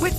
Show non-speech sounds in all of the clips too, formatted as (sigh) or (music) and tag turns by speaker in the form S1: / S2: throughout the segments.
S1: With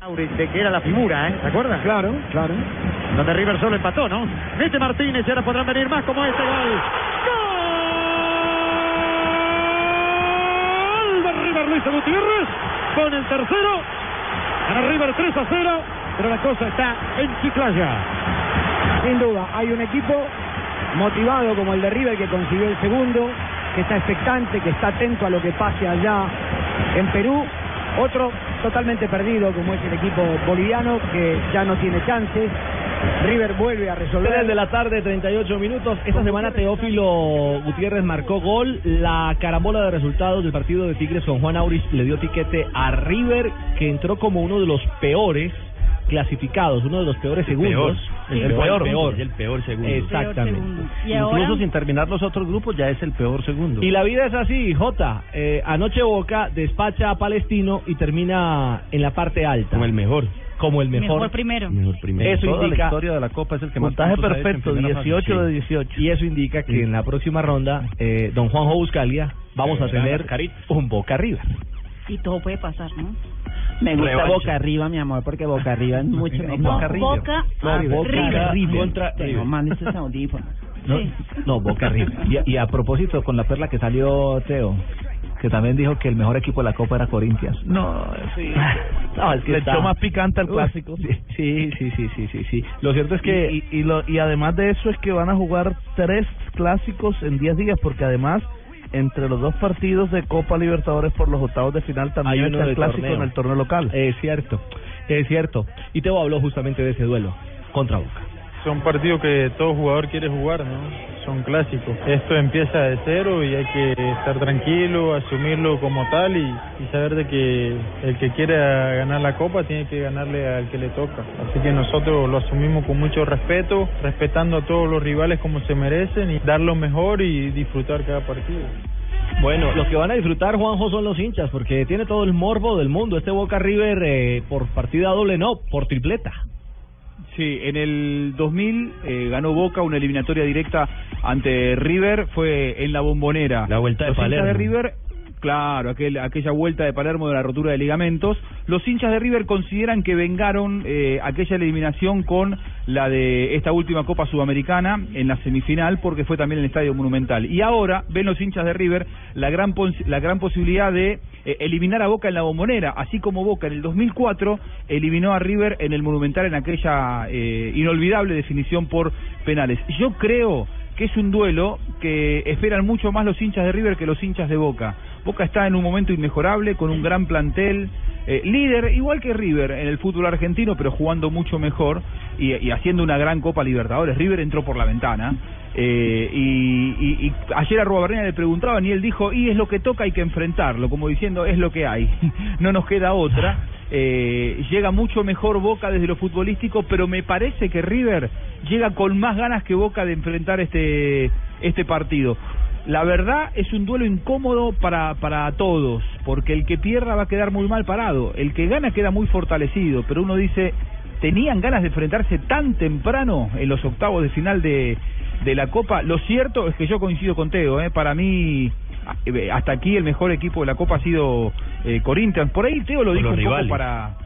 S2: Maurice, que era la figura, ¿eh? ¿Te acuerdas?
S3: Claro, claro.
S2: Donde River solo empató, ¿no? Mete Martínez y ahora podrán venir más como este gol. ¡Gol! De River Luis Gutiérrez con el tercero. Para River 3 a 0, pero la cosa está en Chiclaya.
S3: Sin duda, hay un equipo motivado como el de River que consiguió el segundo, que está expectante, que está atento a lo que pase allá en Perú. Otro totalmente perdido como es el equipo boliviano que ya no tiene chances. River vuelve a resolver.
S4: 3 de la tarde, 38 minutos. Esta semana Teófilo Gutiérrez marcó gol. La carambola de resultados del partido de Tigres con Juan Auris le dio tiquete a River, que entró como uno de los peores clasificados, uno de los peores segundos.
S5: El, peor, peor. El peor segundo.
S4: Exactamente.
S5: Incluso sin terminar los otros grupos ya es el peor segundo.
S4: Y la vida es así, Jota. Eh, anoche Boca despacha a Palestino y termina en la parte alta.
S5: como el mejor.
S4: Como el mejor.
S6: primero.
S5: Mejor primero.
S4: Eso
S5: Toda
S4: indica-
S5: la historia de la Copa es el que más
S4: Puntaje
S5: puntos ha hecho en
S4: perfecto,
S5: primera fase.
S4: 18 de
S5: Sí.
S4: 18. Y eso indica que en la próxima ronda, eh, don Juanjo Buscalia, vamos a tener un Boca River.
S6: Y todo puede pasar, ¿no?
S7: Me gusta
S5: Revancha.
S7: Boca Arriba, mi amor, porque Boca Arriba es mucho mejor.
S5: Boca River.
S6: Boca
S3: Ah,
S4: No,
S6: a
S4: Boca
S6: River.
S4: River.
S5: Contra
S7: No mames esos audífonos.
S5: No,
S6: Sí.
S5: no, Boca River. Y, y a propósito, con la perla que salió Teo, que también dijo que el mejor equipo de la Copa era Corinthians. No, sí.
S4: No, es que
S5: Le
S4: está-
S5: echó más picante al
S4: Uf,
S5: clásico.
S4: Sí, sí, sí, sí, sí, sí. Lo cierto es que
S5: y, y lo- y además de eso es que van a jugar tres clásicos en 10 días, porque además entre los dos partidos de Copa Libertadores por los octavos de final también
S4: Hay uno
S5: está el
S4: de
S5: clásico
S4: torneo.
S5: en el torneo local.
S4: es cierto, es cierto. Y Teo habló justamente de ese duelo contra Boca.
S8: Son partidos que todo jugador quiere jugar, ¿no? Son clásicos. Esto empieza de cero y hay que estar tranquilo, asumirlo como tal y, y saber de que el que quiera ganar la copa tiene que ganarle al que le toca. Así que nosotros lo asumimos con mucho respeto, respetando a todos los rivales como se merecen y dar lo mejor y disfrutar cada partido.
S4: Bueno, los que van a disfrutar, Juanjo, son los hinchas, porque tiene todo el morbo del mundo. Este Boca River eh, por partida doble, no, por tripleta.
S3: Sí, en el 2000 eh, ganó Boca una eliminatoria directa ante River, fue en la bombonera.
S5: La vuelta de
S3: Los hinchas
S5: Palermo.
S3: de River, claro, aquel, aquella vuelta de Palermo de la rotura de ligamentos. Los hinchas de River consideran que vengaron eh, aquella eliminación con la de esta última Copa Sudamericana en la semifinal, porque fue también en el Estadio Monumental. Y ahora ven los hinchas de River la gran, pos- la gran posibilidad de eh, eliminar a Boca en la bombonera, así como Boca en el 2004 eliminó a River en el Monumental en aquella eh, inolvidable definición por penales. Yo creo que es un duelo que esperan mucho más los hinchas de River que los hinchas de Boca. Boca está en un momento inmejorable, con un gran plantel, eh, líder, igual que River en el fútbol argentino, pero jugando mucho mejor y, y haciendo una gran Copa Libertadores. River entró por la ventana. eh, y, y- y ayer a Rubabernia le preguntaban y él dijo, y es lo que toca, hay que enfrentarlo, como diciendo, es lo que hay, (laughs) no nos queda otra. Eh, llega mucho mejor Boca desde lo futbolístico, pero me parece que River llega con más ganas que Boca de enfrentar este, este partido. La verdad es un duelo incómodo para, para todos, porque el que pierda va a quedar muy mal parado, el que gana queda muy fortalecido, pero uno dice, tenían ganas de enfrentarse tan temprano en los octavos de final de, de la Copa. Lo cierto es que yo coincido con Teo, ¿eh? para mí eh, hasta aquí el mejor equipo de la Copa ha sido eh, Corinthians. Por ahí Teo lo
S5: Por
S3: dijo
S5: los
S3: un
S5: rivales.
S3: poco para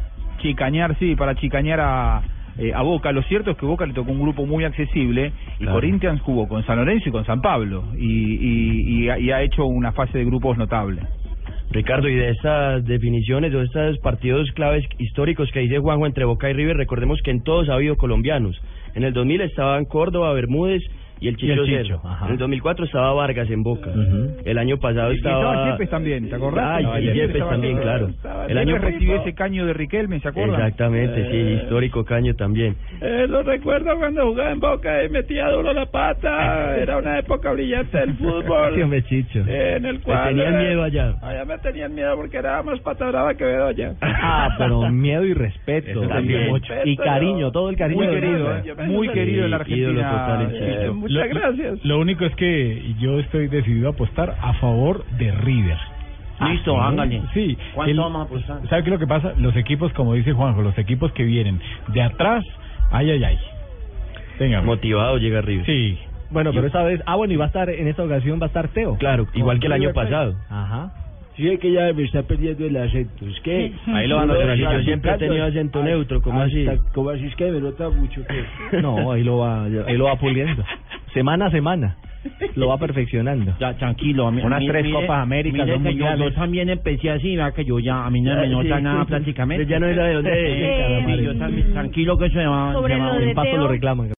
S3: chicañar, sí, para chicañar a, eh, a Boca. Lo cierto es que Boca le tocó un grupo muy accesible y
S5: Claro.
S3: Corinthians jugó con San Lorenzo y con San Pablo y, y- y ha- y ha hecho una fase de grupos notable.
S5: Ricardo, y de esas definiciones o de esos partidos claves históricos que dice Juanjo entre Boca y River, recordemos que en todos ha habido colombianos. En el 2000 estaban Córdoba, Bermúdez
S3: y el Chicho,
S9: Chicho,
S3: Cero.
S9: ajá.
S3: En el 2004 estaba Vargas en Boca. El año pasado
S10: Y estaba
S3: estaba...
S10: Yepes también, ¿te acordás?
S3: Ah,
S10: Estaba
S3: y Yepes
S10: estaba
S3: también,
S10: Yepes.
S3: claro.
S10: Estaba
S3: El año
S10: Yepes recibió ese caño de Riquelme, ¿se acuerdan?
S3: Exactamente,
S10: Eh,
S3: sí, histórico caño también.
S4: Eh, lo recuerdo cuando jugaba en Boca y metía duro la pata. Era una época brillante del fútbol.
S9: Chicho.
S4: Eh, en el cual.
S9: tenían
S4: eh,
S9: miedo allá.
S4: Allá me tenían miedo porque era más pata brava que Bedoya.
S9: Ah, pero miedo y respeto.
S4: Eso también.
S9: Mucho. Y cariño, todo el cariño.
S4: Muy
S9: del
S4: querido,
S9: mundo.
S4: ¿eh? Muy querido en la Argentina, Ídolo total en Chicho. Eh, muchas
S11: Lo- lo-
S4: gracias.
S11: Lo único es que Eh, yo estoy decidido a apostar a favor de River.
S7: Listo,
S11: ¿sí?
S7: hágale.
S11: Sí.
S7: ¿Cuánto
S11: el-
S7: vamos a apostar?
S11: ¿Sabe qué es lo que pasa? Los equipos, como dice Juanjo, los equipos que vienen de atrás, ay, ay, ay. Venga.
S3: Motivado llega River.
S11: Sí.
S9: Bueno, pero esta vez, ah, bueno, y va a estar, en esta ocasión va a estar Teo.
S3: Claro, igual que el año pasado.
S9: Ajá.
S12: Sí, es que ya me está perdiendo el acento. Es
S9: (laughs)
S12: que.
S3: Ahí lo van a hacer. Yo
S12: Los
S3: siempre he tenido acento
S12: hasta-
S3: neutro, ¿cómo así?
S12: hasta- ¿Cómo así? Es que me nota mucho.
S3: (laughs)
S12: que-
S9: No, ahí lo va, ahí lo va puliendo. Semana a semana. Lo va perfeccionando.
S7: Ya, tranquilo. a mí-
S9: Unas
S7: mire-
S9: tres
S7: mire-
S9: Copas
S7: mire
S9: Américas, dos
S7: que yo,
S9: mundiales.
S7: yo también empecé así, vea que yo ya, a mí no
S9: Ya,
S7: me nota
S9: sí,
S7: nada
S9: sí, sí.
S7: prácticamente. (laughs)
S9: Ya no era de dónde es,
S7: Eh,
S9: Calamari.
S7: yo también, tranquilo que eso se va,
S9: Sobre
S7: se va-
S9: lo de Teo.
S7: reclaman.